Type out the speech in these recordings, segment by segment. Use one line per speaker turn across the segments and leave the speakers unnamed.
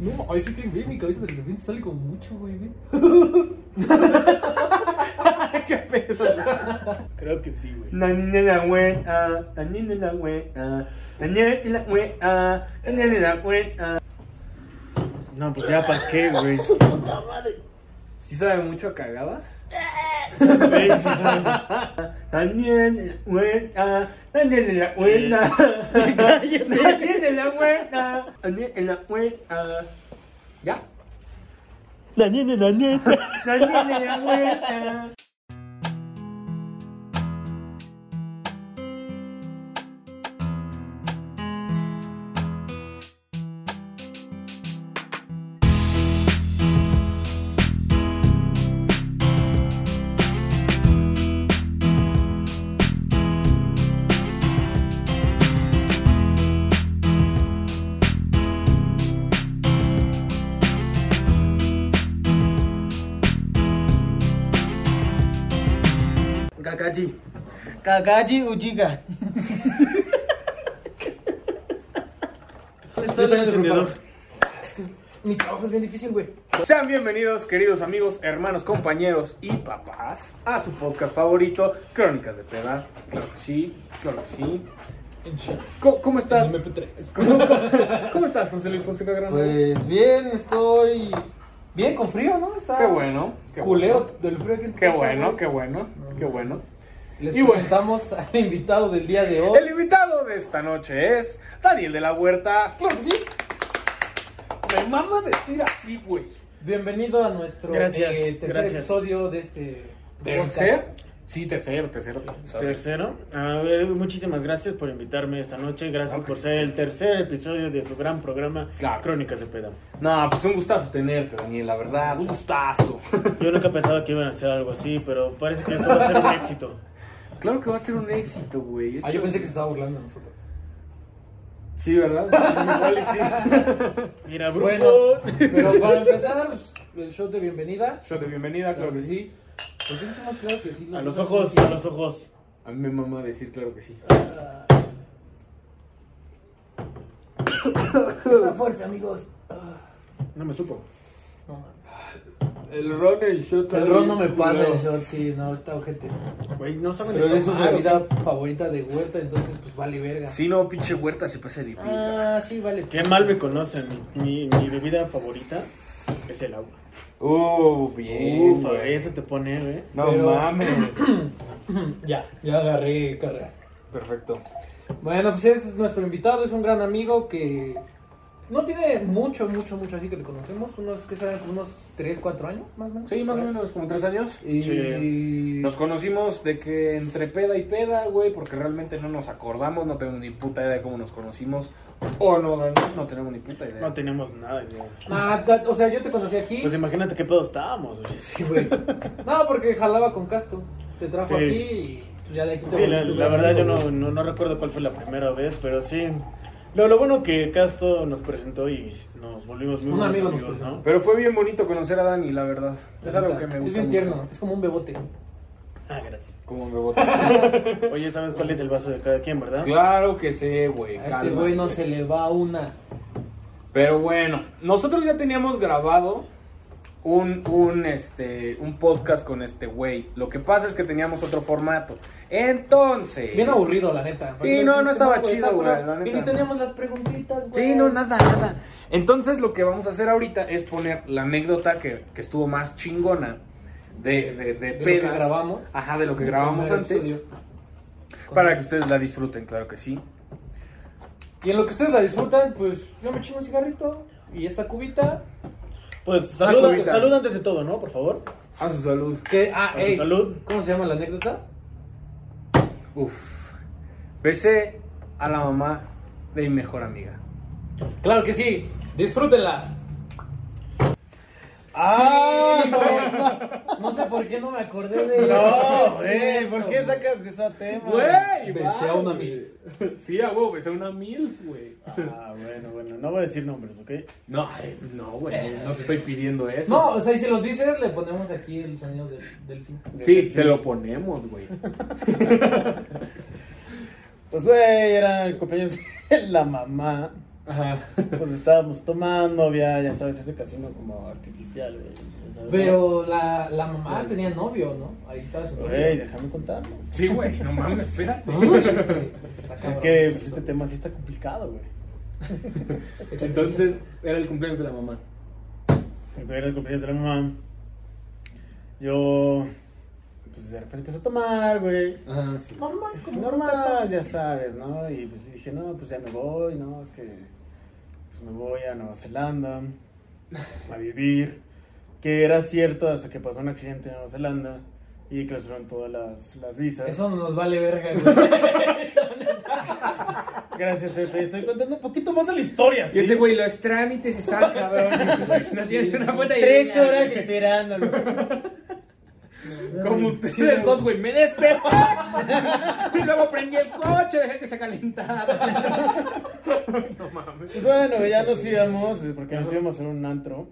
No, ahí sí que ve mi cabeza de repente sale con mucho, güey. ve. ¿Qué pedo?
Creo que sí, güey.
La niña de la wea, la niña de la wea, la niña de la wea, la niña de la ah. wea.
No, pues ya para qué, güey.
¿Sí sabe mucho a cagada?
Güey, sí sabes.
La niña de la wea, la niña de la wea, la niña de la wea, la niña de la ah. wea.
¿Ya?
La niña de la wea, la niña de la ah. wea.
Kakaji. Kakaji Ujiga.
Está el encendedor.
Mi trabajo es bien difícil, güey.
Sean bienvenidos, queridos amigos, hermanos, compañeros y papás, a su podcast favorito, Crónicas de Peda. Claro que sí, claro que sí.
En shot.
¿Cómo, cómo estás?
En MP3.
¿Cómo, cómo- cómo estás, José Luis Fonseca Granados?
Pues bien, estoy. Bien, con frío, ¿no? Está.
Qué bueno. Qué
Culeo
bueno.
del frío que
Qué
empieza,
bueno,
güey.
qué bueno, qué bueno.
Les
Y bueno.
presentamos al invitado del día de hoy.
El invitado de esta noche es Daniel de la Huerta.
Claro que sí.
Me mama decir así, güey.
Bienvenido a nuestro
Gracias,
eh, tercer
gracias.
episodio de este
¿Tercer? Sí, tercero, tercero.
Tercero, a ver, muchísimas gracias por invitarme esta noche. Gracias por ser el tercer episodio de su gran programa
Claro.
Crónicas de Peda.
No, pues un gustazo tenerte, Daniel, la verdad, un gustazo.
Yo nunca pensaba que iban a hacer algo así, pero parece que esto va a ser un éxito.
Claro que va a ser un éxito, güey.
Ah, yo pensé que se estaba burlando de nosotros.
Sí, ¿verdad? Igual y sí.
Mira, Bruno.
Bueno, pero para empezar, pues, el show de bienvenida.
Yo de bienvenida,
Claro que sí. ¿Por qué decimos claro que sí?
A los ojos, a los ojos.
A mí me mama decir claro que sí.
Ah. Está fuerte, amigos. Ah,
No me supo.
No, mames.
El ron, el shot.
el ron no me pasa el shot, sí, no, está ojete.
Güey, no saben
Pero es su
tomar, ¿o
bebida favorita de huerta, entonces pues vale verga.
Sí, no, pinche huerta se pasa de vida.
Ah, sí, vale.
qué? Qué mal me conocen. Mi, mi- mi bebida favorita es el agua.
Uh, bien.
Ufa,
güey.
ese te pone, ¿eh? güey.
No
Pero-
mames.
Ya, ya agarré carrera.
Perfecto.
Bueno, pues ese es nuestro invitado, es un gran amigo que no tiene mucho, mucho, mucho así que le conocemos, unos, ¿qué serán? Unos 3, 4 años, más o menos.
Sí, más o menos como tres años.
Y...
Sí.
Nos conocimos de que entre peda y peda, güey, porque realmente no nos acordamos, no tenemos ni puta idea de cómo nos conocimos. O no, no, no tenemos ni puta idea.
No tenemos nada, güey.
Ah, da- o sea, yo te conocí aquí.
Pues imagínate qué pedo estábamos, güey.
Sí, güey. No, porque jalaba con Casto. Te trajo
Sí.
aquí y pues, ya de aquí te
Sí, la,
volviste un
la
gran
verdad yo
amigo,
no,
güey.
no, no recuerdo cuál fue la primera vez, pero sí. Lo, lo bueno que Casto nos presentó y nos volvimos muy
Un
buenos
amigo nos
amigos, ¿no?
Pero fue bien bonito conocer a Dani, la verdad.
La
Es algo
neta,
que me gusta.
Es bien
mucho.
tierno, es como un bebote.
Ah, gracias.
Como me botó.
Oye, ¿sabes cuál es el vaso de cada quien, verdad?
claro que sí, güey.
A este
calma.
güey no se le va una.
Pero bueno, nosotros ya teníamos grabado un, un, este, un podcast con este güey. Lo que pasa es que teníamos otro formato. Entonces.
Bien aburrido, la neta. Porque
no, no
dijiste,
estaba chido,
está
güey,
curado".
la neta.
Y ni teníamos las preguntitas, güey.
Sí, no, nada, nada. Entonces lo que vamos a hacer ahorita es poner la anécdota que, que estuvo más chingona de, de, de,
De lo que
pedas.
grabamos.
Ajá, de lo que
El
grabamos
primer
antes.
episodio.
Para que ustedes la disfruten, claro que sí.
Y en lo que ustedes la disfrutan, pues yo me chingo un cigarrito y esta cubita.
Pues saluda,
ahorita.
saluda antes de todo, ¿no? Por favor.
A su salud.
Que, ah,
A su
ey,
salud.
¿Cómo se llama la anécdota?
Uf. Besé a la mamá de mi mejor amiga.
Claro que sí, disfrútenla.
Ah,
Sí, güey. No sé por qué no me acordé de eso. Sí, es cierto, güey.
eso a tema?
Besé a una mil.
Sí, a huevo, besé a una mil, güey.
Ah, bueno, bueno. No voy a decir nombres, ¿ok?
No, ay, no, güey, no te estoy pidiendo eso.
No, o sea, y si los dices, le ponemos aquí el sonido del, del fin.
Sí, se lo ponemos, güey.
Pues, güey, era el cumpleaños de la mamá
Ajá.
Pues estábamos tomando, había, ya sabes, ese casino como artificial, güey. ya sabes,
Pero la, la mamá tenía novio, ¿no? Ahí estaba su
¿no?
novio.
Güey, déjame contarlo.
Sí, güey, no mames, espérate.
Uy, es que está
Es
cabrón
que pues,
eso.
este tema sí está complicado, güey.
Échale,
Entonces, era el cumpleaños de la mamá.
Porque era el cumpleaños de la mamá. Yo, pues de repente empecé a tomar, güey.
Ah, sí.
échale. Normal, como
Normal, ya sabes, ¿no? Y pues dije, no, pues ya me voy, ¿no? Es que pues me voy a Nueva Zelanda a vivir. Que era cierto hasta que pasó un accidente en Nueva Zelanda y clausuraron todas las, las visas.
Eso nos vale verga, güey.
Gracias, Pepe. Estoy contando un poquito más de la historia.
Y
¿sí?
ese güey, los trámites están cabrón. No tienes una puta idea.
Tres horas esperándolo.
Como ustedes dos, güey, me desperté. Y luego prendí el coche, dejé que se calentara.
Y Pues bueno, ya nos íbamos, eh, porque nos íbamos a hacer un antro.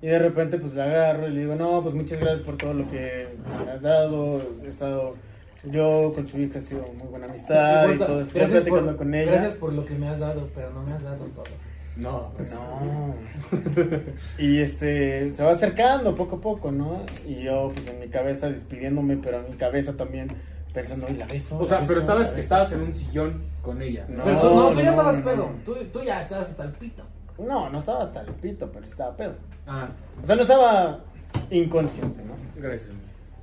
Y de repente, pues la agarro y le digo, no, pues muchas gracias por todo lo que me has dado. He estado yo con su hija, he sido muy buena amistad y todo. Estoy
Gracias
platicando
por,
con ella.
gracias por lo que me has dado, pero no me has dado todo.
No,
No. Y este, se va acercando poco a poco, ¿no? Y yo, pues en mi cabeza despidiéndome, pero en mi cabeza también pensando, y la beso.
O
la
sea, pero
beso,
estabas,
la beso".
estabas en un sillón con ella.
No,
pero tú no, tú ya
no,
estabas
no.
pedo. Tú, tú ya estabas hasta el pito.
No, no estaba hasta el pito, pero estaba pedo.
Ah,
O sea, no estaba inconsciente, ¿no?
gracias.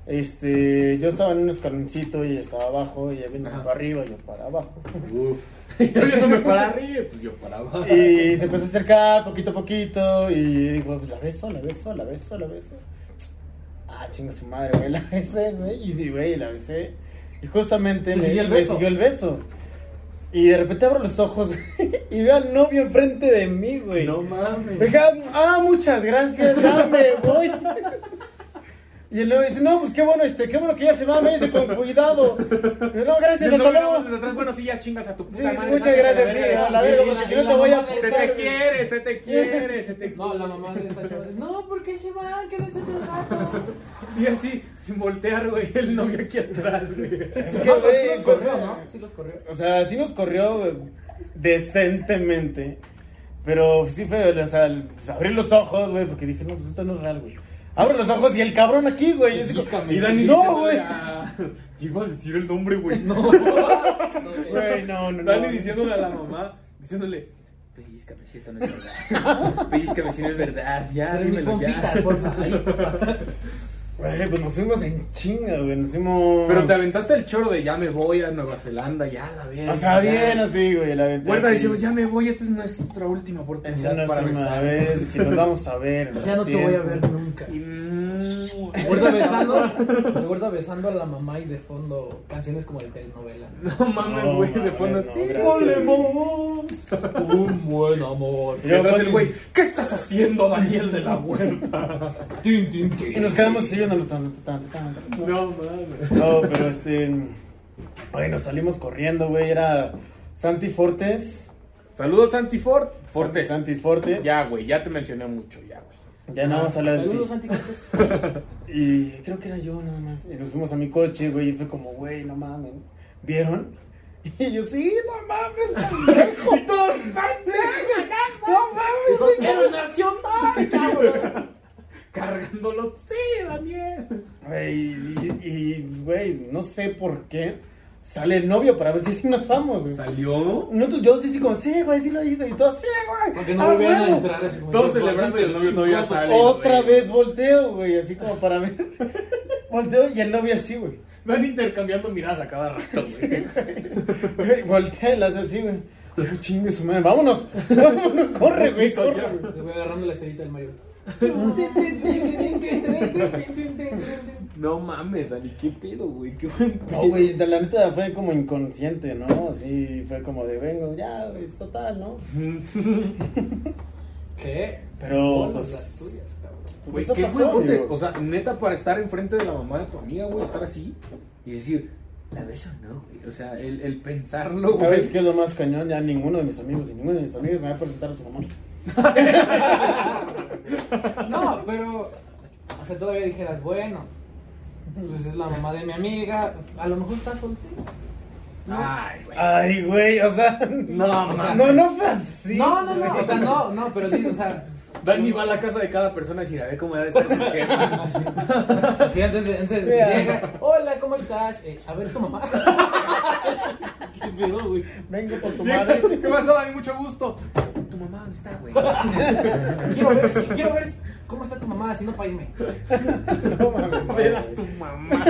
Este, yo estaba en un escaloncito y estaba abajo, y ella vino
Ajá.
para arriba, y yo para abajo.
Uf. Yo ya no me para arriba, pues yo para abajo.
Y se empezó a acercar poquito a poquito, y digo, pues la beso, la beso, la beso, la beso. Ah, chinga su madre, güey, la besé, güey, y di, güey, la besé. Y justamente
¿Te siguió el
me
beso?
siguió el beso. Y de repente abro los ojos y veo al novio enfrente de mí, güey.
No
Me
mames.
dije, ah, muchas gracias, ya me voy. Y el novio dice, no, pues qué bueno, este, qué bueno que ya se va, váyase con cuidado. Dice, no, gracias,
Desde luego,
hasta luego.
desde atrás, bueno, sí, ya chingas a tu puta
Sí,
madre.
muchas
sácala,
gracias, sí,
verga.
a la verga,
Y la-
porque si
y
no
la
te voy a
mamá de-
Se te quiere, se te quiere, se te
No,
quiere.
la mamá de esta chava. No, ¿por qué se van? Quédense un rato.
Y así, sin voltear, güey, el novio aquí atrás, güey.
Es que,
No, pero sí
güey,
los corrió, ¿no? Sí los corrió.
O sea, sí nos corrió güey, decentemente. Pero sí fue, o sea, el- pues, abrí los ojos, güey, porque dije, no, pues esto no es real, güey. Abro los ojos y el cabrón aquí, güey. Y
Pues
así como,
Díscame.
Y Dani
No,
dice,
güey.
"Ah, Iba a decir el nombre, güey.
eh,
Güey, no, no, no.
Dani diciéndole a la mamá, diciéndole, pellizcame si esto no es verdad. Pellizcame si no es verdad. Ya,
Pero mis
dímelo
pompitas,
ya.
porfa. Ahí, porfa.
Güey, pues nos fuimos en chinga, güey, nos fuimos...
Pero te aventaste el choro de ya me voy a Nueva Zelanda, ya la verga.
O sea,
ya".
bien así, güey, la aventé
Guarda,
así.
decimos, ya me voy, esta es nuestra última oportunidad
Esta no es
para
una
besar.
vez, si nos vamos a ver. en
Ya no te voy a
tiempo.
ver nunca.
Y- mm,
Me acuerdo besando, me acuerdo besando a la mamá y de fondo canciones como de telenovela.
No mames,
No,
güey, de
mames,
fondo.
no, gracias.
Volemos un buen amor. Y
Y luego
atrás
Dani-
el güey, ¿qué estás haciendo, Daniel de la Huerta? Tin, tin, tin.
Y nos quedamos así viéndolo. tan, tan, tan, tan, tan.
No mames.
No, pero este. Ay, nos salimos corriendo, güey. Era Santi Fortes.
Saludos, Santi Fort. Fortes.
Santi Fortes. Ya,
Ya, güey, ya te mencioné mucho, ya, güey.
nada más hablar de ti.
Saludos, anticuerpos.
Y creo que era yo nada más. Y nos fuimos a mi coche, güey. Y fue como, güey, no mames. ¿Vieron? Y yo, sí, no mames, pendejo.
¡Todos pendejos!
No mames, güey.
Pero nacional, cabrón.
Cargándolos, sí, Daniel.
Güey, y- y, güey, no sé por qué. Sale el novio para ver si sí nos vamos, güey.
Salió.
Nosotros, yo sí, sí, como, sí, güey, sí lo hice. Y todo, sí, güey.
Porque no
ah,
volvieron a
huevo".
entrar a su
Todos celebrando y el novio todavía
Chicoso.
sale.
Otra
güey.
vez volteo, güey, así como para ver. Volteo y el novio así, güey.
Van intercambiando miradas a cada rato, güey.
Güey, Voltea y la hace así, güey. Ay, Chingue su madre, vámonos, vámonos, corre, güey,
Quiso
corre,
ya.
güey.
Le voy agarrando la esterita del Mario.
No mames, Dani, qué pedo, güey. Qué buen
No, güey, de la neta fue como inconsciente, ¿no? Así fue como de vengo, ya, es total, ¿no?
Mm,
¿Qué?
Pero,
Bolas
pues.
las tuyas, cabrón.
pues,
Güey,
esto
qué
pasó,
huevotes.
digo.
O sea, neta, para estar enfrente de la mamá de tu amiga, güey, estar así y decir, ¿la beso o no, güey? O sea, el, el pensarlo, güey.
¿Sabes qué es lo más cañón? Ya ninguno de mis amigos y ninguno de mis amigos me va a presentar a su mamá.
No, pero. O sea, todavía dijeras, bueno. Pues es la mamá de mi amiga. A lo mejor está soltera. Ay,
Ah,
güey.
Ay, güey, o sea.
No,
o sea,
No, no fue así.
No, no, no, o sea, no, no, pero digo, o sea,
Dani va a la casa de cada persona y dice, a ver cómo ha de estar su jefe.
sí, antes, antes
Sí, ah.
llega, hola, ¿cómo estás? Eh, a ver, tu mamá.
¿Qué pedo, güey?
Vengo por tu madre.
¿Qué pasó, Dani? Mucho gusto.
Tu mamá no está, güey.
Quiero ver, si- quiero ver cómo está tu mamá, si no, para irme.
No mames.
Ver a tu mamá.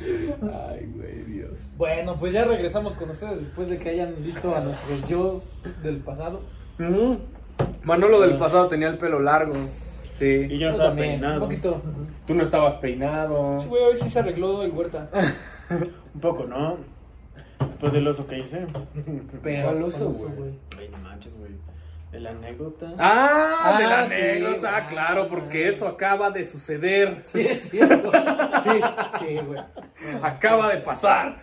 Ay, güey, Dios.
Bueno, pues ya regresamos con ustedes después de que hayan visto a nuestros yo del pasado.
Mm. Manolo del pasado tenía el pelo largo. Sí.
Y yo no
Yo
estaba
también,
peinado.
Un poquito.
Tú no estabas peinado.
Güey, hoy sí se arregló el huerta.
Un poco, ¿no? Después del oso que hice.
Pero
¿Cuál oso,
oso,
güey?
Ay, no manches, güey. De la anécdota.
Ah, de la
Ah, sí,
anécdota,
ah,
claro, porque eso acaba de suceder.
Sí, es cierto. Sí, sí, güey.
Acaba de pasar.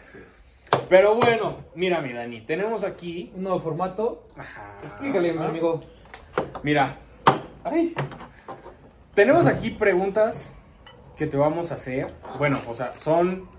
Pero bueno, mira, mi Dani, tenemos aquí.
Un nuevo formato.
Ajá.
Explícale, mi amigo.
Mira. Ay. Tenemos aquí preguntas que te vamos a hacer. Bueno, o sea, son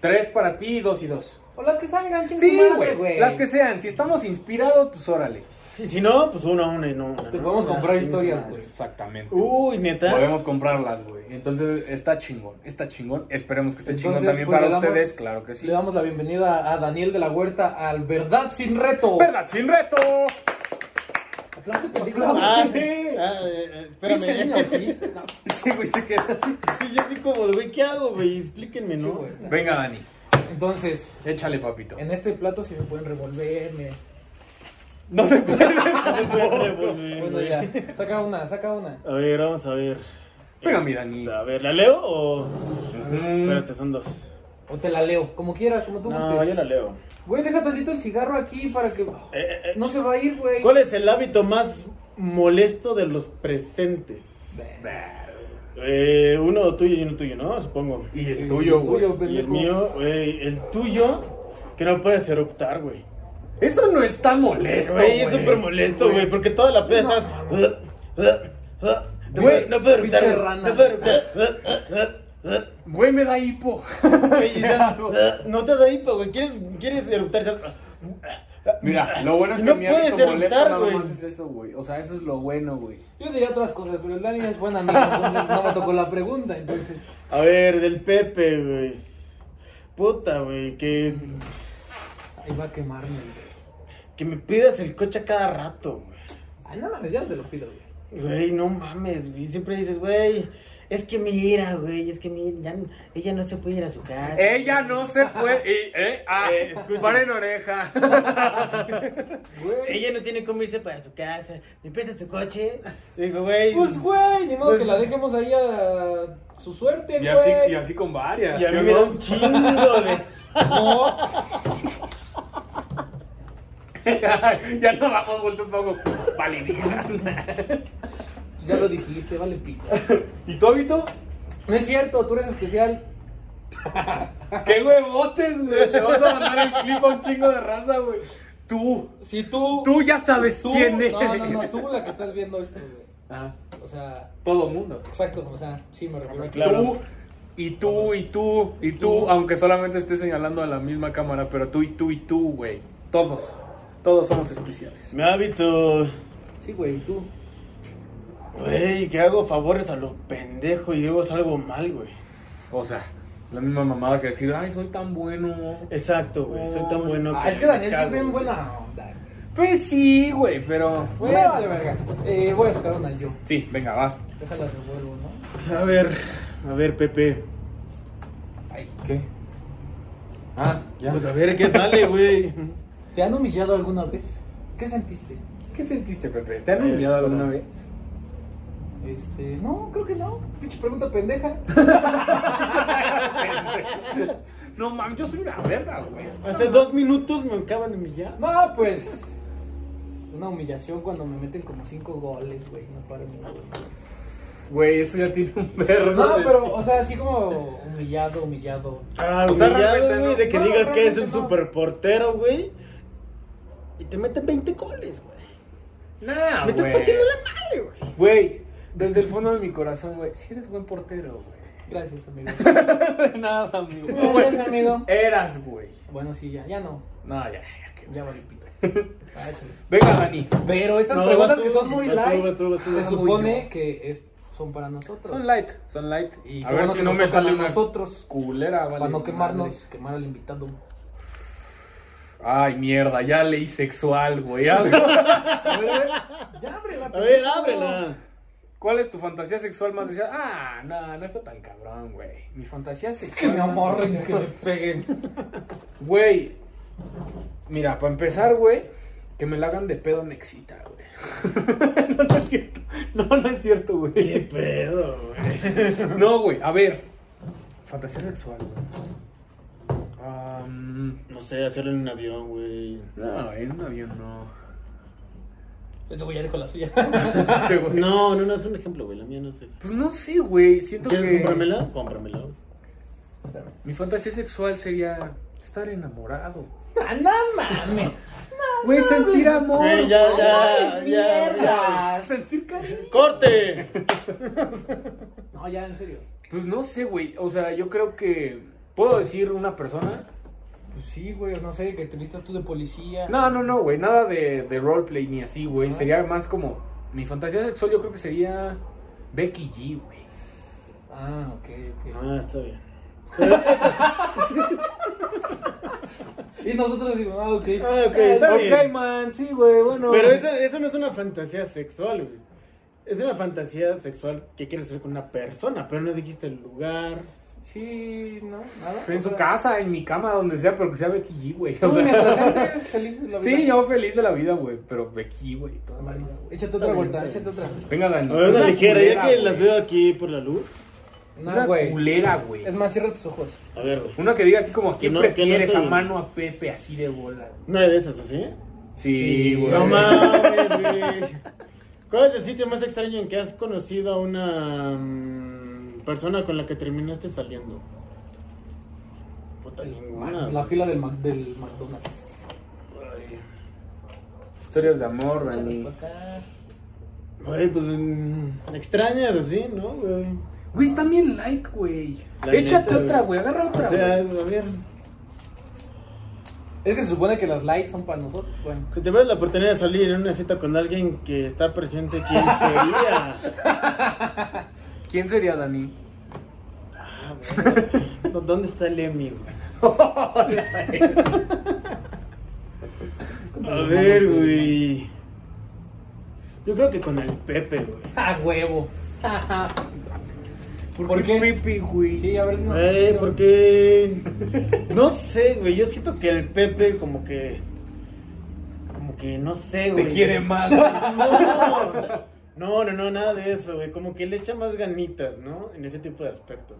tres para ti y dos y dos.
O las que salgan, chingón.
Sí, güey. Las que sean. Si estamos inspirados, pues órale.
Y si no, pues uno a uno y no una.
Te
¿no?
podemos
Ah,
comprar
chingue su
historias,
madre.
güey.
Exactamente.
Uh,
Uy, neta.
Podemos comprarlas, güey. Entonces está chingón, está chingón. Esperemos que esté
Entonces,
chingón también
pues,
para
le damos-
ustedes, claro que sí.
Le damos la bienvenida a Daniel de la Huerta al Verdad Sin Reto.
¡Verdad sin reto!
Aplaude, pendejo.
Ah, eh, ah, eh,
Pinche niño
espérame.
autista. No,
Sí, güey, se queda así.
Sí, yo así como, güey, ¿qué hago, güey? Explíquenme,
sí,
¿no?
güey.
Venga, Dani,
Entonces,
échale, papito.
en este plato sí se pueden revolver, mira.
No se puede.
No se puede revolver,
Bueno,
güey.
ya. Saca una, saca una.
A ver, vamos a ver. Este,
Venga, mi Dani.
A ver, ¿la leo o.?
Mm.
Ujú.
Espérate, son dos.
O te la leo, como quieras, como tú
No,
gustes.
yo la leo.
Güey, deja tantito el cigarro aquí para que.
Eh, eh, eh.
No se va a ir, güey.
¿Cuál es el hábito más molesto de los presentes? Eh, uno tuyo y uno tuyo, ¿no? Supongo.
Y
Sí,
el tuyo,
el
güey.
tuyo.
Y el
pendejo.
mío, güey, el tuyo, que no puedes eruptar, güey.
Eso no está molesto,
Güey,
güey.
es súper molesto, güey, porque toda la peda uh, estás...
Güey,
Güey, uh, no puedo eruptar,
pinche
güey,
rana.
no puedo eruptar. uh,
Güey, me da hipo.
Güey, y estás- No te da hipo, güey, quieres, quieres eruptar. estás-
Mira, lo bueno es que
uh. No
mi
puedes
hábito molesto
eructar,
nada
güey.
más es eso, güey. O sea, eso es lo bueno, güey.
Yo diría otras cosas, pero el Dani es buen amigo, entonces no me tocó la pregunta. Entonces,
A ver, del Pepe, güey. Puta, güey, que,
ahí va a quemarme, güey.
que me pidas el coche a cada rato, güey.
Ay, no mames, ya no te lo pido, güey.
Güey, no mames, güey. Siempre dices, güey, es que mira, güey, es que mira, ya no- ella no se puede ir a su casa.
Ella no se puede. y- eh, ah,
Eh, escucha.
paren oreja.
Güey.
Ella no tiene cómo irse para su casa. ¿Me prestas tu coche? Digo, güey.
Pues, güey, ni modo
Pues-
que la dejemos ahí a su suerte,
Y
güey.
así, y así con varias.
y a
¿sí
mí
o
me
no?
da un chingo de.
No,
ya no damos vueltas poco. Vale,
ya lo dijiste, vale pita.
¿Y tú, Vito?
No es cierto, tú eres especial.
¡Qué huevotes, güey! Le vas a mandar el clip a un chingo de raza, güey. Tú.
Si tú.
Tú ya sabes
tú-
quién eres.
No, no, no, tú la que estás viendo esto, güey.
Ajá.
O sea,
Todo mundo.
exacto, o sea, sí me refiero a que-
Claro.
Tú. Y tú, y tú, y tú,
Tú.
aunque solamente estés señalando a la misma cámara, pero tú, y tú, y tú, güey. Todos, todos somos especiales.
Mi hábito.
Sí, güey, tú.
Güey, que hago favores a los pendejos y luego salgo mal, güey.
O sea, la misma mamada que decir, ay, soy tan bueno.
Exacto, güey. Soy tan bueno
Ah, es que
me
Daniel sí es
cago,
bien
güey.
buena onda, güey.
Pues sí, güey, pero...
Güey, vale, verga. Eh, voy a sacar una yo.
Sí, venga, vas.
Déjala de vuelvo, ¿no?
A ver, a ver, Pepe.
Ay.
¿Qué? Ah, ya.
Pues a ver qué sale, güey.
¿Te han humillado alguna vez? ¿Qué sentiste?
¿Qué sentiste, Pepe? ¿Te han
Eh,
humillado alguna vez?
Este, no, creo que no. Pinche pregunta pendeja.
No mames, yo soy una verga, güey.
Hace dos minutos me acaban de humillar.
No, pues. Una humillación cuando me meten como cinco goles, güey. No paro ni madres.
Güey, eso ya tiene un perro.
No,
de-
pero, o sea, así como humillado, humillado.
Ah,
O sea,
humillado,
realmente
güey,
no.
de que
No,
digas que eres un
realmente no.
superportero, güey. Y te meten 20 goles, güey.
Nah,
Ah,
me estás
güey.
partiendo la madre, güey.
Güey, desde el fondo de mi corazón, güey, si eres buen portero, güey.
Gracias, amigo.
De nada, amigo.
Gracias, amigo.
Eras, güey.
Bueno, sí, ya, ya no.
No, ya, ya. que-
Ya vale pito. Ah, échale.
Venga, Dani.
Pero estas
No,
preguntas
vas tú,
que son muy
vas tú,
light,
vas tú, vas tú,
se
vas tú.
supone que es, son para nosotros.
Son light, son light.
Y
a
qué
ver
bueno
si
que
no me sale
a
una
nosotros.
culera, vale.
Para no quemarnos,
madre.
quemar al invitado.
Ay, mierda, ya leí sexual, güey.
A ver, a ver. Ya abre la
A ver, ábrela.
¿Cuál es tu fantasía sexual más deseada? Ah, no, no está tan cabrón, güey. Mi fantasía
Que
sexual.
me amorren, que me peguen.
Güey. Mira, para empezar, güey, que me la hagan de pedo me excita, güey. no, no es cierto. No, no es cierto,
¿Qué
güey.
pedo, güey?
No, güey, a ver. Fantasía sexual, güey. Am,
No sé, hacerlo en un avión, güey.
no, en un avión no.
Este güey ya dijo la suya.
Ese güey.
No, no, no, es un ejemplo, güey. La mía no es eso.
Pues no sé, güey. Siento
¿Quieres
que.
comprármela? Cómpramela, güey.
Mi fantasía sexual sería estar enamorado.
Ah, no mames.
Güey, sentir amor.
Güey, ya, ya, ya, ya.
Sentir cariño.
¡Corte!
No, ya, en serio.
Pues no sé, güey. O sea, yo creo que. ¿Puedo decir una persona?
Pues sí, güey, no sé, que te vistas tú de policía.
No, no, no, güey. Nada de, de roleplay ni así, güey. Sería más como. Mi fantasía sexual yo creo que sería. Becky G, güey.
Ah, ok, ok.
Ah, está bien.
Y nosotros decimos, ah, ok.
Ah, ok, está bien.
Ok, man, sí, güey, bueno.
Pero eso, eso no es una fantasía sexual, güey. Es una fantasía sexual que quieres hacer con una persona, pero no dijiste el lugar.
Sí, no, nada.
En
O
su
sea,
casa, en mi cama, donde sea, pero que sea Becky G, güey.
Tú
O sea,
mientras entres, feliz de la vida.
sí, yo feliz de la vida, güey. Pero Becky, G, güey, toda la vida, güey.
Échate otra
bien,
vuelta,
está
échate otra.
Venga, Dani.
A ver, una ligera, ya
culera,
que
güey.
las veo aquí por la luz.
No,
Una
güey.
culera, güey.
Es más, cierra tus ojos.
A ver, güey.
Una que diga así como, ¿quién
no- que no
prefieres
estoy-
a mano a Pepe así de bola?
No hay de esas, ¿o sí?
Sí, güey.
No mames, güey. ¿Cuál es el sitio más extraño en que has conocido a una mm, persona con la que terminaste saliendo? Puta ninguna.
La fila del, Mac- del McDonald's.
güey.
Historias de amor, Dani.
Acá.
Güey, pues mm, extrañas así, ¿no, güey?
Güey, está bien light, güey.
La
Échate
neta,
otra,
güey.
güey. Agarra otra,
O sea, a
güey.
ver.
Es que se supone que las lights son para nosotros, bueno.
Si te ves la oportunidad de salir en una cita con alguien que está presente, ¿quién sería?
¿Quién sería Dani?
Ah, güey. ¿Dónde está el Emi, güey? A ver, güey. Yo creo que con el Pepe, güey.
¡Ah, huevo! ¿Por, qué?
Pepe, güey.
Sí, a ver, no.
Güey,
no.
Eh, porque. No sé, güey. Yo siento que el Pepe, como que. Como que no sé, güey.
Te quiere más. güey.
No, no, no, no, nada de eso, güey. Como que le echa más ganitas, ¿no? En ese tipo de aspecto.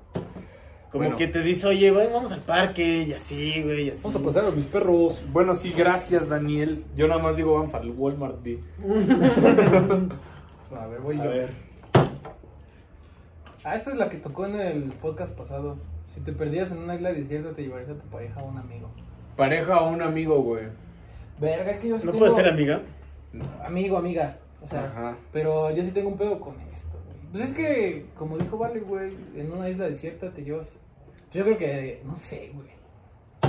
Como
Bueno.
que te dice, oye, güey, vamos al parque, y así, güey, y así.
Vamos a pasar a mis perros. Bueno, sí, gracias, Daniel. Yo nada más digo, vamos al Walmart. güey.
A ver, voy
A
yo.
ver.
Ah, esta es la que tocó en el podcast pasado. Si te perdieras en una isla desierta, te llevarías a tu pareja o un amigo.
Pareja a un amigo, güey.
Verga, es que yo sí
¿No
tengo...
puedes ser amiga?
Amigo, amiga. O sea,
Ajá.
pero yo sí tengo un pedo con esto, güey. Pues es que, como dijo Vale, güey, en una isla desierta te llevas. Pues yo creo que, no sé, güey.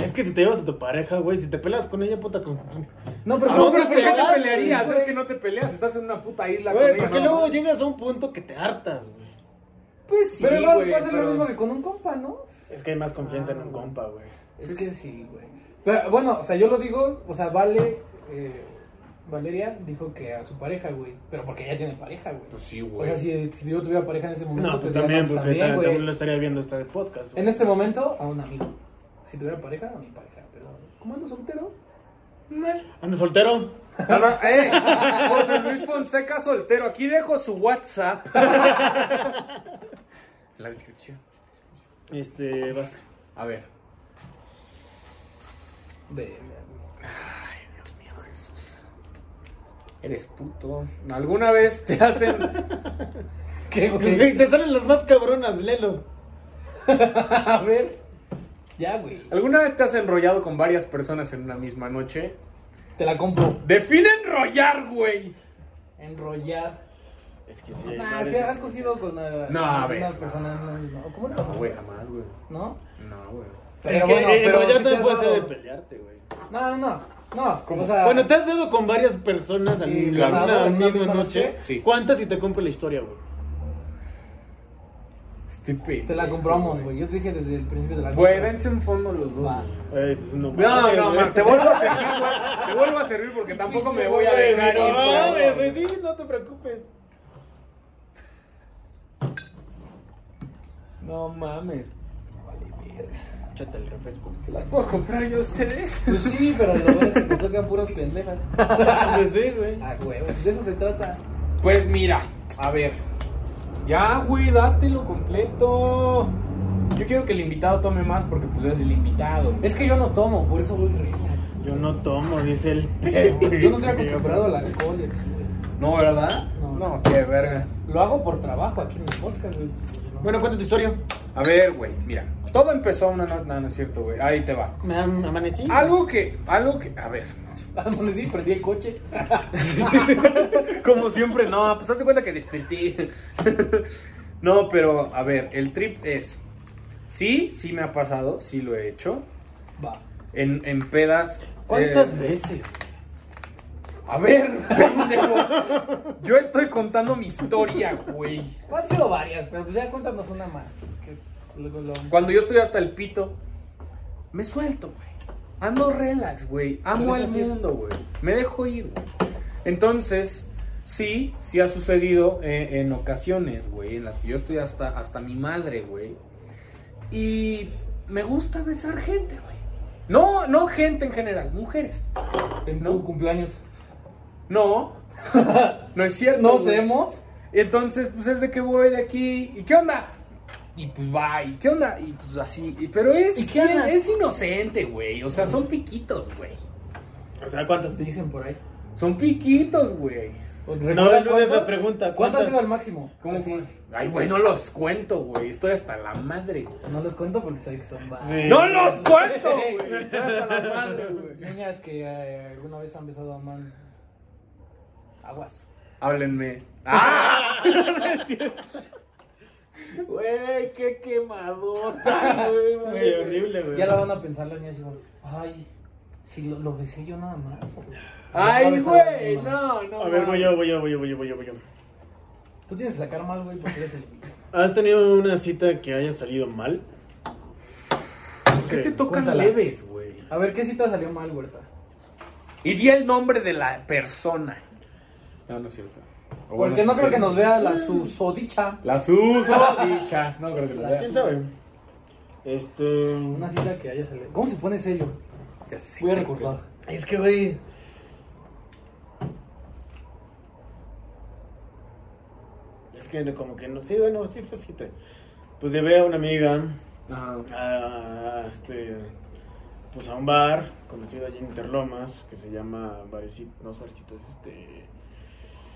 Es que si te llevas a tu pareja, güey, si te pelas con ella, puta, con... Güey,
No,
No,
pero,
¿A
pero
dónde
¿por qué te
peleas,
pelearías?
güey?
Es que no te peleas, estás en una puta isla. con
porque
ella, ¿no?
luego llegas a un punto que te hartas, güey.
Pues sí,
pero igual
güey,
pasa
pero-
lo mismo que con un compa, ¿no?
Es que hay más confianza en un compa, güey.
Pues Es que sí, güey. Pero, bueno, o sea, yo lo digo, o sea, Vale, eh, Valeria dijo que a su pareja, güey. Pero porque ella tiene pareja, güey.
Pues sí,
o
güey.
sea, si, si yo tuviera pareja en ese momento,
No, pues
te diría,
también,
no, pues
porque ta- también,
güey.
lo estaría viendo este podcast, güey.
En este momento, a un amigo. Si tuviera pareja, a mi pareja. Pero, como ando soltero?
¿Ando soltero?
Ahora, eh, José Luis Fonseca soltero, aquí dejo su WhatsApp. La descripción.
Este, vas.
A ver.
De,
Eres puto. ¿Alguna vez te hacen
¿Qué, güey?
Güey, Te salen las más cabronas, Lelo.
A ver. Ya, güey.
alguna vez te has enrollado con varias personas en una misma noche?
Te la compro.
Define enrollar, güey.
Enrollar.
Es que sí. hay
Nah,
madres
si Ah, has
que-
cogido con una,
No, a ver.
una persona. No, no, ¿Cómo
No,
no?
güey, jamás, güey.
¿No?
No, güey.
Es
Pero
que
bueno,
eh,
pero
no, ya
sí te
también
has
puede ser de
dado-
pelearte, güey.
No, no, no. No, o sea.
Bueno, te has dado con varias personas
Sí,
en en
claro.
una
¿En una
misma
misma
noche.
noche?
Sí.
¿Cuántas y te compro la historia, güey?
Este pendejo,
Te la compramos, güey. Yo te dije desde el principio de la
Güey, dense en fondo los dos.
Va.
güey.
Ay, pues no
No, no,
güey.
man, te vuelvo a servir, güey. Te vuelvo a servir porque tampoco me voy a
Güey,
dejar
No
ir.
mames,
güey.
güey, sí, no te preocupes.
No mames. Chata el refresco. ¿Se las puedo comprar yo a ustedes?
Pues sí, pero lo bueno es que te tocan puras pendejas.
pues sí, güey.
Ah, güey, pues de eso se trata.
Pues mira, a ver. Ya, güey, dátelo completo. Yo quiero que el invitado tome más porque pues eres el invitado.
Es que yo no tomo, por eso voy relax.
Yo no tomo, dice el
güey. Yo no estoy acostumbrado al alcohol, y así, güey.
No, ¿verdad?
No.
qué verga.
Lo hago por trabajo aquí en el podcast, güey.
Bueno, cuenta tu historia.
A ver, güey, mira. Todo empezó una noche. No, no es cierto, güey. Ahí te va.
Me am- amanecí.
Algo que, algo que, a ver.
Ah, sí, perdí el coche.
Como siempre, no, pues hazte cuenta que desperté. no, pero a ver, el trip es. Sí, sí me ha pasado, sí lo he hecho.
Va.
En, en pedas.
¿Cuántas
eh,
veces?
A ver, pendejo. Yo estoy contando mi historia, güey.
Han sido varias, pero pues ya cuéntanos una más. Que luego lo-
Cuando yo estoy hasta el pito, me suelto, güey. Ando relax, güey. Amo
Lo
al
dejas ir.
mundo, güey. Me dejo ir, güey. Entonces, sí, sí ha sucedido eh, en ocasiones, güey, en las que yo estoy hasta, hasta mi madre, güey. Y me gusta besar gente, güey. No, no gente en general, mujeres.
En
¿No?
tu cumpleaños.
No, no es cierto.
¿Nos
güey.
hemos?
Entonces, pues es de que voy de aquí. ¿Y qué onda? Y pues va, ¿y qué onda? Y pues así. y- pero es,
¿Y qué onda?
es inocente, güey. O sea, son piquitos, güey.
O sea, ¿cuántas?
Dicen por ahí.
Son piquitos, güey.
No,
¿Recuerdas
no es
cuántas?
la
¿Cuánto ha
pregunta. ¿Cuántas?
sido el máximo?
¿Cómo
Así.
Ay, güey, no los cuento, güey. Estoy hasta la madre, güey.
No los cuento porque sé que son varias.
Sí.
¡No los cuento, güey! Estoy hasta la madre, güey.
Niñas que eh, alguna vez han besado a man. Aguas.
Háblenme. ¡Ah! No es cierto. Güey, qué quemadota, güey.
Güey, horrible, güey.
Ya la van a pensar las niñas y van, ay, si lo, lo besé yo nada más. Va a
Ay,
besar a
güey,
alguien más.
no, no.
A ver,
mames.
voy yo, voy yo, voy yo, voy yo, voy yo, voy yo.
Tú tienes que sacar más, güey, porque eres el
¿Has tenido una cita que haya salido mal?
¿Qué
Sí.
te tocan
Cuéntala.
leves, güey?
A ver, ¿qué cita salió mal, huerta?
Y di el nombre de la persona. No, no es cierto. O bueno,
Porque no
sí,
creo
sí.
que nos vea la susodicha.
La uso dicha. No creo que nos
¿Quién
vea.
sabe? Este.
Una cita que haya salido. ¿Cómo se pone serio?
Ya sé,
Voy a
creo
recordar.
Es que, güey.
Es que no- como que no. Sí, bueno, sí fue cita. Pues llevé a una amiga
que- Ajá.
a, a este. Pues a un bar conocido allí en Interlomas que se llama Barecito. No, es Barecito, es este.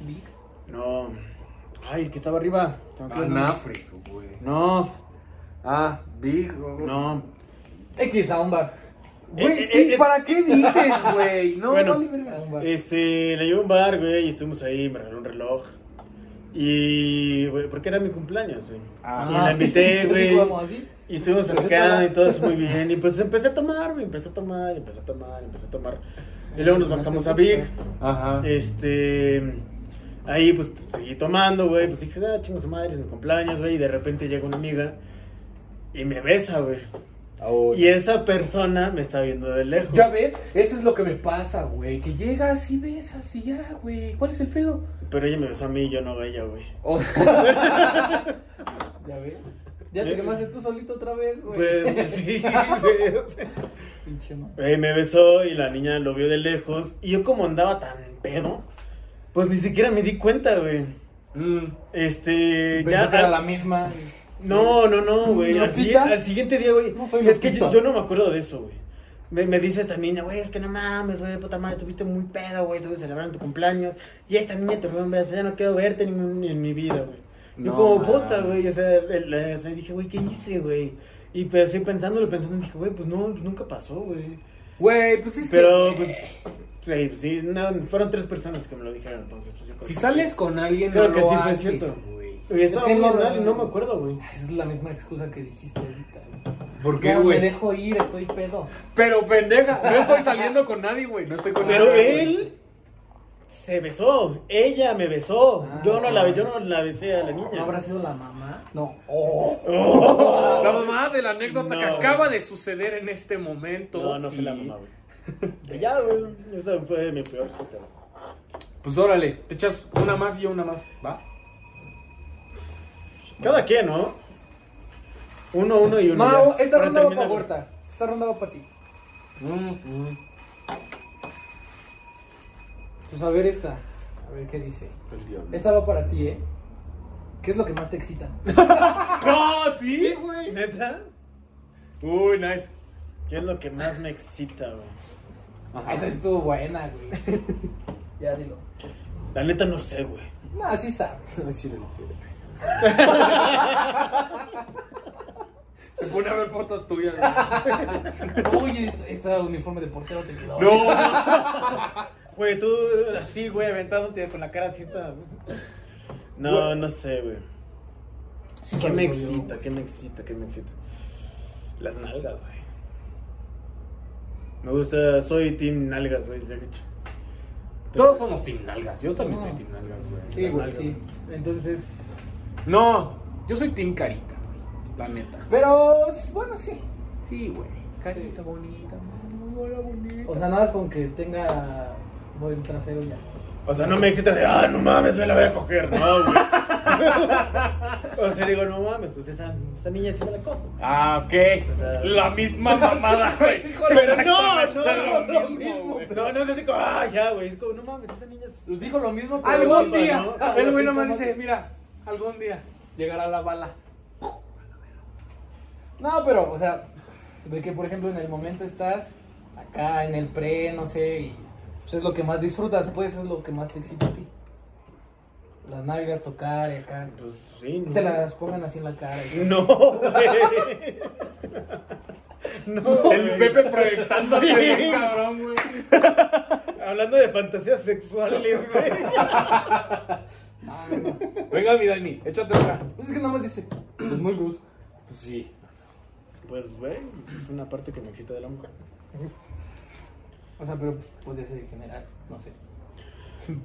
Big.
No. Ay, el que estaba arriba. Se me fue el nombre.
Anafre, güey.
No,
Ah, Big. No.
no.
X a un bar.
Eh,
Güey,
eh,
sí,
eh,
¿para qué dices, güey? No,
Bueno.
vale
A
verga.
un bar.
Este, la llevé a un bar, güey, y estuvimos ahí, me regaló un reloj. Y, güey, porque era mi cumpleaños, güey. y la invité,
Ah, entonces,
güey.
¿cómo así?
Y estuvimos
Pero sí te
platicando
la-
y todo eso muy bien. Y pues empecé a tomar, güey, empecé a tomar, empecé a tomar, empecé a tomar. Y luego nos
No te
bajamos a
fuiste.
Big.
ah.
Ajá.
Este, ahí pues seguí tomando, güey. Pues dije, ah, chingos madre, es mi cumpleaños, güey. Y de repente llega una amiga y me besa, güey. Y esa persona me está viendo de lejos.
Ya ves, eso es lo que me pasa, güey. Que llegas y besas y ya, güey. ¿Cuál es el pedo?
Pero ella me besó a mí y yo no a ella, güey.
O-
¿Ya ves? Ya te quemaste tú solito otra vez, güey.
Eh, Pues sí, güey. o sea.
Pinche man.
Güey, me besó y la niña lo vio de lejos. Y yo como andaba tan pedo, pues ni siquiera me di cuenta, güey.
Mm.
Este,
Pensé
ya...
que era
al-
la misma.
No, no, no, güey. Al, sigui-
¿Lupita?
al siguiente día, güey.
No soy
es que yo,
Lupita.
yo no me acuerdo de eso, güey. Me, me dice esta niña, güey, es que no mames, güey, puta madre, estuviste muy pedo, güey, estuviste celebrando tu cumpleaños. Y esta niña te ve un beso, ya no quiero verte ni, ni en mi vida, güey. yo
No
como
mames.
puta, güey, o sea, el- el- o sea, dije, güey, ¿qué hice, güey? Y pero así pensándolo, pensando, dije, güey, pues no, pues nunca pasó, güey.
eh,
Güey, pues es que-
Pero, pues, Sí, pues, sí, no, fueron tres personas que me lo dijeron, entonces. pues, yo creo
eh, Si
que-
sales con alguien,
Creo
no
que
lo
sí fue
haces,
cierto.
güey.
Oye,
Es
estaba
que
muy
no,
mal y no
no.
me acuerdo, güey.
Esa es la misma excusa que dijiste ahorita. güey.
¿Por qué,
No,
güey?
me dejo ir, estoy pedo.
Pero pendeja, no estoy saliendo con nadie, güey. No estoy con
Ah,
Pero
nadie.
él se besó, ella me besó.
Ah,
yo no la
ah.
yo no la besé a la niña.
¿No habrá sido la mamá?
No. La mamá de la anécdota que
No,
acaba de suceder en este momento.
No, no
sí.
fue la mamá, güey. ya, güey. Esa fue mi peor cita. güey.
Pues órale, te echas una más y yo una más. ¿Va?
Cada quien, ¿no? Uno, uno y uno.
Mau,
ya.
esta
Para
ronda va para
terminar, güey.
Huerta. Esta ronda va para ti.
Mm,
Pues a ver esta. A ver qué dice.
Pues
El diablo.
Esta va para ti, ¿eh? ¿Qué es lo que más te excita?
¡No! ¡Ah, ¿Sí? güey.
¿Neta?
Uy, nice.
¿Qué es lo que más me excita, güey?
Ah, Esa estuvo buena, güey. ya dilo.
La neta no sé, güey.
No, así sabes.
Se pone a ver fotos tuyas. güey.
Oye, esta, esta uniforme de portero te quedó.
No,
Güey, tú así, güey, aventándote con la cara así. toda- No, no sé, güey.
Sí
¿Qué
sabes,
me
obvio.
excita? ¿Qué me excita? ¿Qué me excita? Las nalgas, güey. Me gusta, soy team nalgas, güey, ya he dicho.
todos somos team nalgas. Yo también soy team nalgas, güey.
Sí, güey, sí. Entonces.
No, yo soy team carita, güey. La neta.
Pero, bueno, sí.
Sí, güey.
Carita
bonita, hola bonita.
O sea, nada más con que tenga buen trasero ya.
O sea, no me excita de, ah, no mames, me la voy a coger, no, güey. o sea, digo, no mames, pues esa, esa niña sí me la cojo.
Ah, ok.
O sea-
la misma mamada, güey. Pero no, no,
no,
lo
lo
mismo, güey.
No, no es así como, ah, ya, güey, es como, no mames, esa niña es...
Pues Dijo lo mismo pero
Algún
iba,
día.
¿no?
El güey nomás dice, mira, algún día llegará la bala.
No, pero, o sea, de que por ejemplo en el momento estás acá en el pre, no sé, y pues es lo que más disfrutas, pues es lo que más te excita a ti. Las nalgas tocar y acá.
Pues sí,
Que te las pongan así en la cara. y-
No, güey. no,
El
güey.
Pepe proyectándose,
Sí.
bien cabrón, güey.
Hablando de fantasías sexuales, güey.
Venga, mi Dani, échate otra.
Pues es que nomás dice.
Pues muy luz. Pues sí.
Pues, güey, es una parte que me excita de la mujer.
O sea, pero puede ser en general, no sé.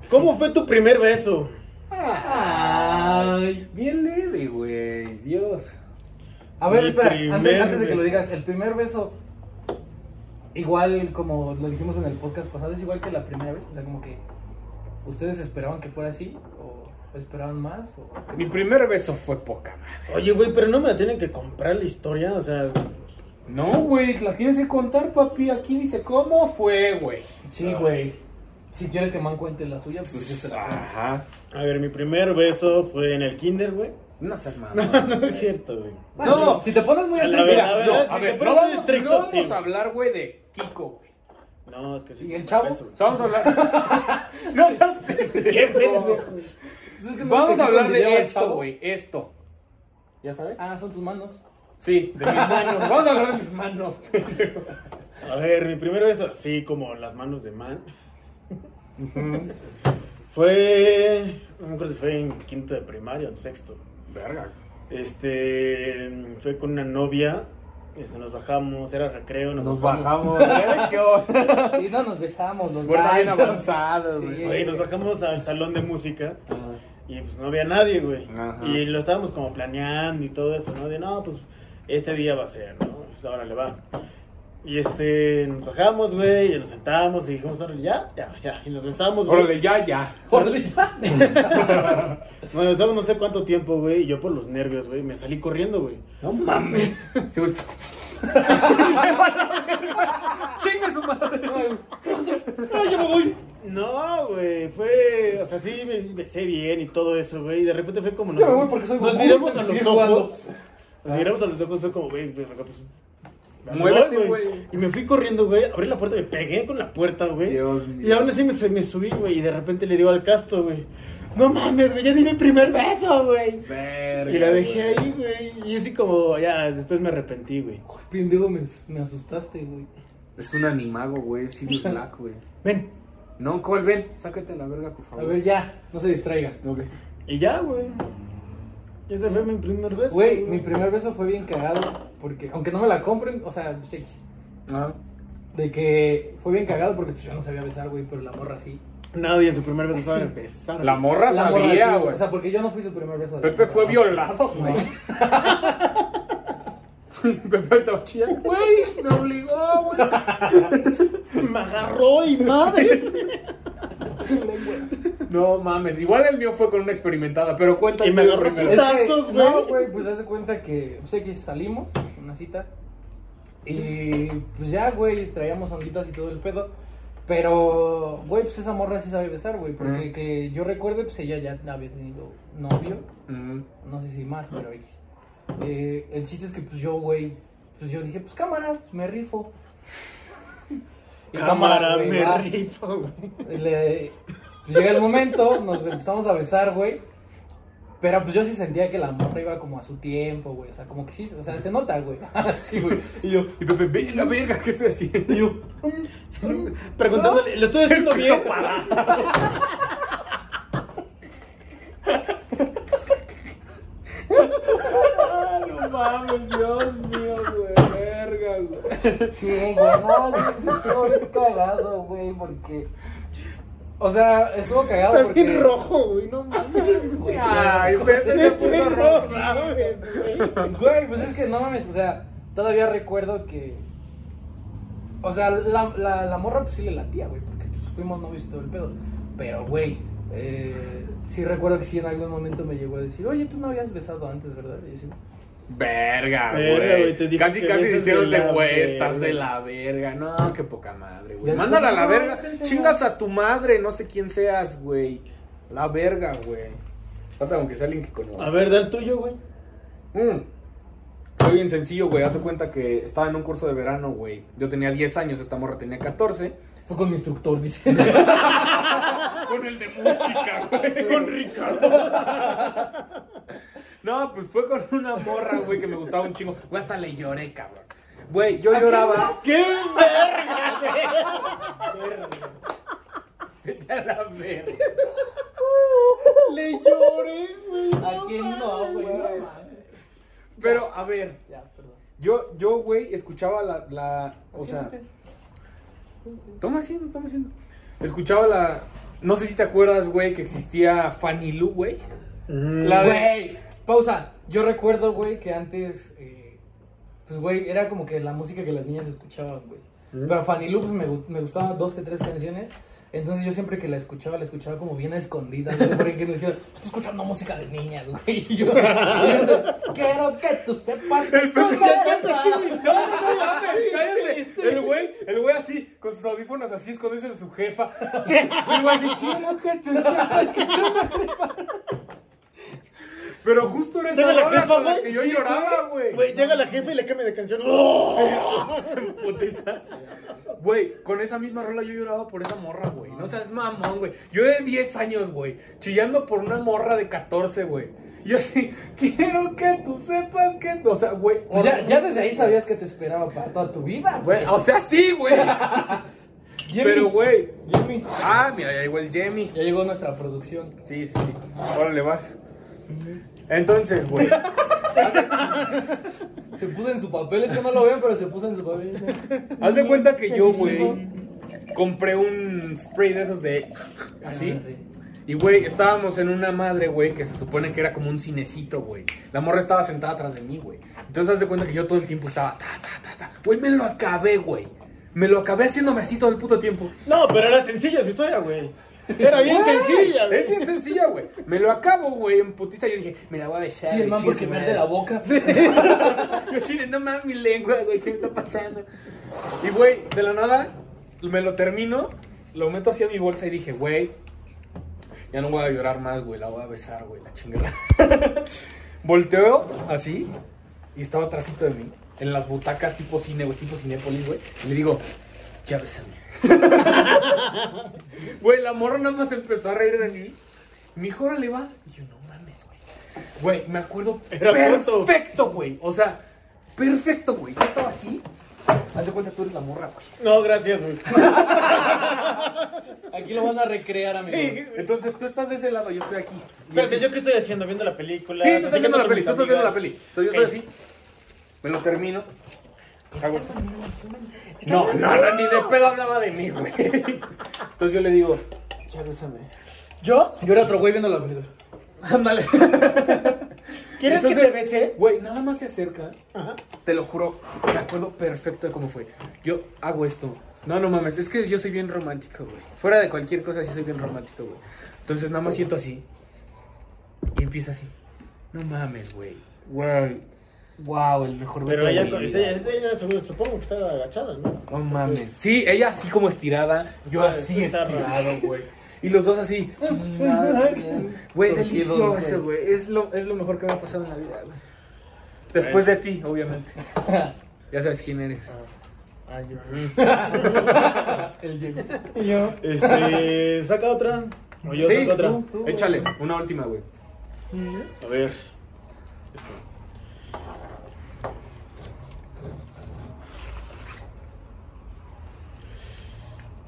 ¿Cómo fue tu primer beso?
Ah. Ay, bien leve, güey. Dios.
A ver,
Mi
espera,
primer
antes, antes de que
beso.
lo digas, el primer beso, igual como lo dijimos en el podcast pasado, es igual que la primera vez. O sea, como que ustedes esperaban que fuera así, o esperaban más, o qué
Mi
pasó?
primer beso fue poca madre.
Oye, güey, pero no me la tienen que comprar la historia, o sea.
No, güey, la tienes que contar, papi. Aquí dice cómo fue, güey. Ah.
Sí, güey. Si quieres que Man cuente la suya, pues yo te la cuento.
Ajá.
A ver, mi primer beso fue en el kinder, güey.
No seas mamá.
No, no es cierto, güey.
Bueno,
No.
si, si te pones muy
A la
estricto,
verdad,
mira,
a
no,
ver,
a
si
ver,
te
no
pones
vamos,
estricto,
no vamos
sí.
a hablar, güey, de Kiko, güey.
No, es que sí.
¿Y
fue
el
un
chavo?
beso, güey.
O sea, vamos a hablar. no seas pendejo.
¿Qué pendejo?
pues es que no
Vamos
sé
a
si
hablar
video
de
al
esto,
chavo.
güey. Esto. ¿Ya sabes?
Ah, son tus manos.
Sí, de mis manos. Vamos a hablar de mis manos.
A ver, mi primer beso, así como las manos de man. fue. No me acuerdo si fue en quinto de primaria o sexto.
Verga.
Este. Fue con una novia. Este, nos bajamos, era recreo, nos, bajamos.
¿eh? ¿Qué onda?
Y no nos besamos, los
Puerta bien
baños.
avanzada,
Sí.
güey.
Güey, nos bajamos al salón de música y pues no había nadie, güey.
Ajá.
Y lo estábamos como planeando y todo eso, ¿no? De no, pues este día va a ser, ¿no? Pues ahora le va. Y este, nos bajamos, güey, y nos sentamos y dijimos, órale, ya, ya, ya. Y nos besamos, güey.
Órale, ya, ya.
Órale, ya.
Nos besamos no sé cuánto tiempo, güey, y yo por los nervios, güey, me salí corriendo, güey.
No mames. Se güey. Se va a la verga. Chingue su madre. No, yo me voy.
No, güey, fue, o sea, sí me besé bien y todo eso, güey, y de repente fue como...
Yo me voy porque soy
Nos
Goku, tengo
miramos a
que
los
seguir
ojos, nos miramos a los ojos, fue como, güey, güey, pues... me
Muévete,
voy,
güey.
Y me fui corriendo, güey, abrí la puerta, me pegué con la puerta, güey.
Dios
Y
mío.
aún así me, se me subí, güey, y de repente le digo al casto, güey, no mames, güey, ya di mi primer beso, güey.
Verga,
Y la dejé
güey.
ahí, güey, y así como, ya, después me arrepentí, güey.
Uy, pendejo, me, me asustaste, güey.
Es un animago, güey. Es Sirius Black, güey.
Ven.
No, Colben, sácate a la verga, por
A
favor.
ver, ya, no se distraiga.
Ok.
Y ya, güey. Ese fue mi primer beso.
Güey, mi primer beso fue bien cagado. Porque, aunque no me la compren, o sea, sí,
Ah,
de que fue bien cagado porque pues, yo no sabía besar, güey, pero la morra sí.
Nadie en su primer beso sabe besar.
la morra
La morra sí,
sabía, güey.
O sea, porque yo no fui su primer beso. de
Pepe
la
fue
morra.
violado, güey. Pepe estaba chillando. Güey, me obligó, güey.
me agarró y madre.
No mames, igual el mío fue con una experimentada, pero cuéntame
Y me
tú
agarró
primero.
Es que,
Tazos, güey.
No, güey, pues hace cuenta que pues, X salimos, una cita. Y pues ya, güey, traíamos onditas y todo el pedo. Pero, güey, pues esa morra sí sabe besar, güey. Porque
Mm.
que yo recuerde, pues ella ya había tenido novio.
Mm.
No sé si más, pero X. Eh, el chiste es que, pues yo, güey, pues yo dije, pues cámara, pues, me rifo. Y
Cámara,
güey,
me
va.
rifo, güey.
Le- pues, llega el momento, nos empezamos a besar, güey. Pero pues yo sí sentía que la morra iba como a su tiempo, güey. O sea, como que sí, o sea, se nota, güey. Así, güey.
Y yo, y Pepe, ve la verga, ¿qué estoy haciendo? Y yo,
Preguntándole, ¿lo estoy haciendo bien?
no mames, Dios mío, güey, verga, güey.
Sí, güey, no, sí, estuvo bien cagado, güey, porque. O sea, estuvo cagado
Está
porque.
bien rojo, güey. No mames.
Güey,
Ay, Pepe se
Está bien
puso
rojo,
rojo.
mames, güey.
Güey, pues es que no mames, o sea, todavía recuerdo que. O sea, la, la, la morra pues sí le latía, güey, porque pues, fuimos novios y todo el pedo. Pero, güey, eh, sí recuerdo que sí en algún momento me llegó a decir, oye, tú no habías besado antes, ¿verdad? Y yo sí,
Verga,
Verga,
güey.
güey, te dije
casi,
que
casi
beses de
diciéndote,
la
güey,
verga.
estás de la verga. No, qué poca madre, güey.
Ya
Mándala a la
después, no,
verga.
te enseño.
Chingas a tu madre, no sé quién seas, güey. La verga, güey. Falta aunque sea alguien que conozca.
A ver, da el tuyo, güey.
Mm. Fue bien sencillo, güey. Hazte cuenta que estaba en un curso de verano, güey. Yo tenía 10 años, esta morra tenía 14.
Fue con mi instructor, dice.
Con el de música, güey. Con Ricardo. No, pues fue con una morra, güey, que me gustaba un chingo. Güey, hasta le lloré, cabrón. Güey, yo lloraba.
¡Qué verga!
Vete a la verga.
Le lloré, güey.
¿A quién no, güey? No mames.
Pero, a ver,
Ya, perdón.
yo, yo, güey, escuchaba la, la. O sea.
Siéntate.
Toma haciendo, toma haciendo. Escuchaba la. No sé si te acuerdas, güey, que existía Fanny Lu, güey.
Mm.
La de-
Güey, pausa. Yo recuerdo, güey, que antes, eh, pues, güey, era como que la música que las niñas escuchaban, güey. Pero Fanny Lu, pues, me, gu- me gustaban dos que tres canciones. Entonces yo siempre que la escuchaba, la escuchaba como bien a escondidas, güey, porque me dijeron, estoy escuchando música de niñas, güey. Y yo, y yo, quiero que tú sepas que tú me amas".
No, no, no, mames, cállate. El güey, el güey así, con sus audífonos así, escondiéndose de su jefa. El güey, así, quiero que tú sepas que tú me Pero justo era esa
Llega la
hora
jefa,
con la
güey.
que yo
Sí,
lloraba, güey.
Güey, llega la jefa y le cambia de canción. ¡Oh!
Putiza. Güey, con esa misma rola yo lloraba por esa morra, güey. No seas mamón, güey. Yo de 10 años, güey, chillando por una morra de 14, güey. Y yo así, quiero que tú sepas que... O sea, güey...
Pues ya, ya desde ahí sabías que te esperaba para toda tu vida, güey.
Güey, o sea, sí, güey. Pero, güey...
Jimmy,
Ah, mira, ya llegó el Jimmy.
ya llegó nuestra producción.
Sí, sí, sí. Órale, vas. Entonces, güey.
Se puso en su papel, es que no lo ven, pero se puso en su papel.
Haz de cuenta que yo, güey, compré un spray de esos de...
Ah,
Así. Y, güey, estábamos en una madre, güey, que se supone que era como un cinecito, güey. La morra estaba sentada atrás de mí, güey. Entonces, haz de cuenta que yo todo el tiempo estaba... Ta, ta, ta, ta. Güey, me lo acabé, güey. Me lo acabé haciéndome así todo el puto tiempo.
No, pero era sencilla su historia, güey. Era bien sencilla,
Es
güey.
bien sencilla, güey. Me lo acabo, güey, en putiza. Yo dije, me la voy a dejar.
Y el man
chingue
porque
su
me
madre.
arde la boca.
Yo sí, no mames mi lengua, güey, ¿qué me está pasando? Y, güey, de la nada, me lo termino, lo meto así a mi bolsa y dije, güey, ya no voy a llorar más, güey, la voy a besar, güey, la chingada. Volteo así y estaba atrásito de mí, en las butacas tipo cine, güey, tipo cinépolis, güey. Y le digo, ya bésame. Güey, la morra nada más empezó a reír de mí. Y me dijo, órale, va. Y yo, no mames, güey. Güey, me acuerdo
Era puto.
perfecto, güey. O sea, perfecto, güey. Yo estaba así
Haz de cuenta tú eres la morra, güey.
No, gracias, güey.
Aquí lo van a recrear, amigos.
Entonces tú estás de ese lado, yo estoy aquí.
Espérate, ¿yo qué estoy haciendo? ¿Viendo la película?
Sí, tú estás viendo
platicando
la
con
peli,
mis
tú estás viendo la
amigas?
peli. Entonces yo estoy así, me lo termino. hago esto. No, no, no, ni de pedo hablaba de mí, güey. Entonces yo le digo, ya bésame.
¿Yo?
Yo era otro güey viendo la película.
Ándale.
¿Quieres que te
Entonces-
bese?
Güey, nada más se acerca. Te lo juro, me acuerdo perfecto de cómo fue. Yo hago esto. No, no mames, es que yo soy bien romántico, güey. Fuera de cualquier cosa, sí soy bien romántico, güey. Entonces nada más siento así. Y empieza así. No mames, güey. Güey. Wow, el mejor beso
Pero
de
ella,
mi
con-
vida.
ella, ella seguro- supongo que estaba agachada, ¿no?
No mames. Sí, ella así como estirada, yo
Está-
así
está
estirado,
raro.
güey. Y los dos así. Güey, delicioso, güey. Es lo, es lo mejor que me ha pasado en la vida, güey. Después de ti, obviamente. Ya sabes quién eres.
El James.
Y yo.
Este, saca otra. O yo
Sí,
saco otra.
tú, tú, échale, una última, güey.
A ver.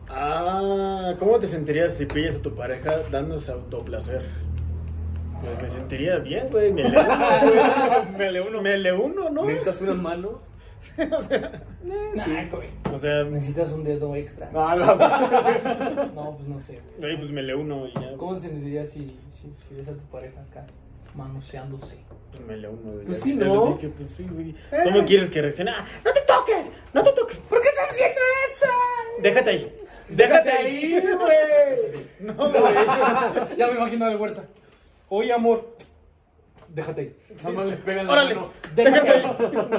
Ah, ¿cómo te sentirías si pillas a tu pareja dándose autoplacer? Pues me sentiría bien, güey. Me le uno, güey. Me le uno. Me le uno, ¿no?
¿Necesitas una mano?
Nah, güey.
O sea,
Necesitas un dedo extra.
a la-
No, pues no sé. güey.
güey, pues me le uno y ya.
¿Cómo se sentiría si, si, si ves a tu pareja acá manoseándose?
Pues me le uno, güey.
Pues
Ya
sí,
te
¿no?
lo dije, pues sí, güey. ¿Cómo quieres que reaccione? ¡Ah! ¡No te toques! ¡No te toques! ¿Por qué estás haciendo eso? Déjate ahí. Déjate ahí.
güey! No, güey. Ya me imagino de huerta. Oye, amor. Déjate ahí.
Nada más le pegan
Órale.
Déjate ahí.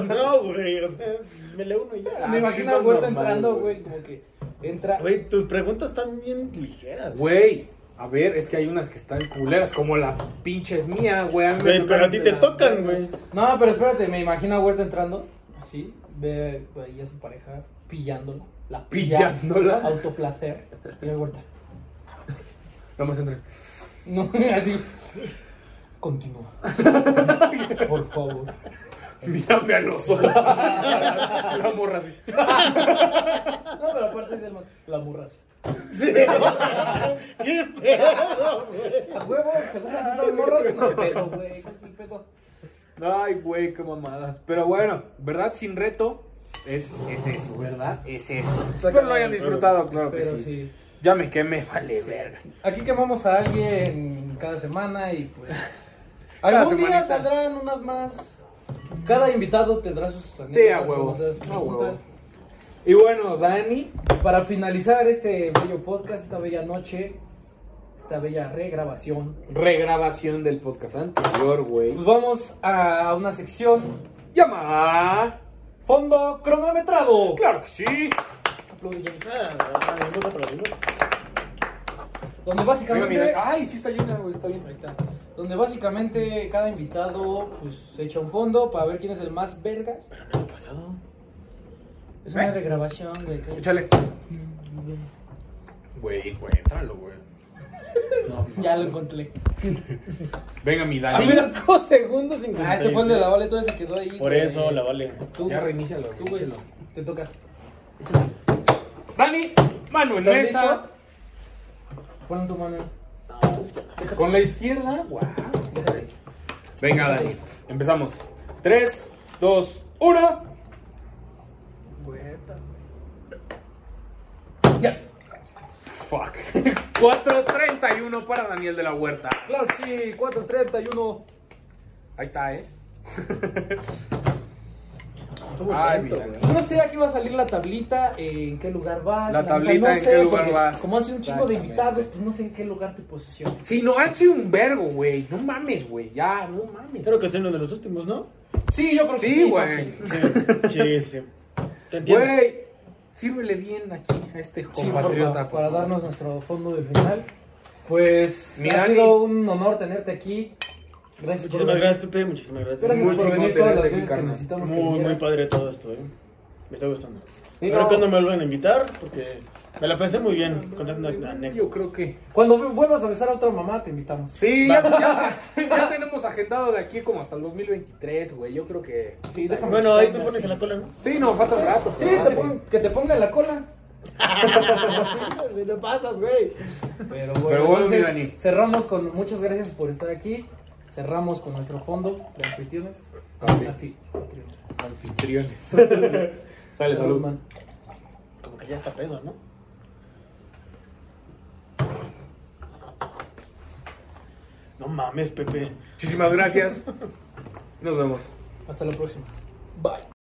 No, güey, o sea, me le uno y ya.
Me imagino al
no,
Huerta
Ah, normal,
entrando,
güey.
güey, como que entra.
Güey, tus preguntas están bien ligeras. Güey,
Güey, a ver, es que hay unas que están culeras, como la pinche es mía, güey. mí me
Güey, pero a
tocaron
ti
de
te
la-
tocan, güey.
No, pero espérate, me imagino a Huerta entrando, así, ve ahí a su pareja pillándola. La pilla,
¿Pillándola?
Autoplacer. Y el Huerta.
Vamos a entrar.
No, así. Continúa. Por favor.
Mírame a los ojos. la morra así.
No, pero aparte es el man- la murra así.
¿Qué pedo?
A huevo, se gustan esas morras. No, pero, güey, ¿cuál es el pedo?
Ay, güey, qué mamadas. Pero bueno, ¿verdad? Sin reto. Es, es eso, ¿verdad? Es eso. Espero lo hayan disfrutado, claro que
Pero
sí.
sí.
Ya me quemé, vale, verga.
Aquí quemamos a alguien cada semana y pues.
Cada
Algún día
semanita.
saldrán unas más. Cada invitado tendrá sus
Sí, a
anécdotas,
huevo.
preguntas,
a huevo.
preguntas.
Y bueno, Dani,
Para finalizar este bello podcast, esta bella noche, esta bella regrabación,
regrabación del podcast anterior, güey.
pues vamos a una sección
Llama.
fondo cronometrado.
Claro que sí.
Aplaude, Jenny.
Ah, aplaudimos, aplaudimos.
Donde
Mira,
básicamente.
mira. Ay, sí está llena, güey, está bien.
Ahí está. Donde básicamente cada invitado pues se echa un fondo para ver quién es el más vergas. Pero no pasado. Es una regrabación, güey. cállate.
Échale. Güey, encuéntralo, güey. No, no.
Ya lo encontré.
Venga, mi
A
Dani.
ver,
Cinco segundos cincuenta
Ah,
y
este fue el de la
seis.
vale, todo se quedó ahí.
Por
güey.
eso, la vale.
Tú,
Ya reinícialo,
Tú, güey.
reinícialo.
Te toca. Échale.
Dani, mano en
¿Estás
mesa.
Pon tu mano.
Con la izquierda, guau.
Déjate.
Venga, Dani. Empezamos. 3, 2, 1.
Vuelta. Ya.
Fuck. 4.31 para Daniel de la Huerta.
Claro, que sí. 431.
Ahí está, ¿eh?
Estuvo
Ay,
lento,
mira.
güey.
No sé a qué va a salir la tablita, en qué lugar vas.
La
neta, no
tablita, en
sé,
qué lugar
porque
vas.
Como hace un chingo de
Exactamente.
invitados, pues no sé en qué lugar te posicionas.
Sí, no, han sido un vergo, güey. No mames, güey. Ya, no mames.
Creo que es uno de los últimos, ¿no?
Sí, yo creo que
Sí,
sí.
güey.
fácil.
Sí, sí, sí. Te entiendo.
Güey, sírvele bien aquí a este
Sí, por
compatriota.
favor, para darnos nuestro fondo de final. Pues
Mi
ha
Dani.
sido un honor tenerte aquí. Gracias por
Muchísimas
venir.
gracias, Pepe. Muchísimas gracias.
Gracias
Muy
por
chingón
venir todas
tenerte
las
aquí,
veces que
carnal.
necesitamos que
Muy, muy
vinieras.
padre todo esto, eh. Me está gustando.
Y
Pero
no.
cuando me vuelvan a invitar, porque Me la pensé muy bien contando anécdotas.
Yo creo que.
Cuando vuelvas a besar a otra mamá, te invitamos.
Sí, ya, ya- ya tenemos agendado de aquí como hasta el 2023, güey. Yo creo que.
Sí, déjame
Bueno, ahí te
checar.
pones en la cola, ¿no?
Sí, no, falta un rato.
Sí,
pero
te
madre.
pon- que te ponga la cola.
Sí, güey, lo pasas, güey.
Pero bueno,
Pero bueno,
entonces,
mi Dani.
cerramos con muchas gracias por estar aquí. Cerramos con nuestro fondo de anfitriones.
Anfi-
Anfitriones.
Anfitriones. Sale,
Salud,
salud.
man.
Como que ya está pedo, ¿no? No mames, Pepe.
Muchísimas gracias. Nos vemos.
Hasta la próxima.
Bye.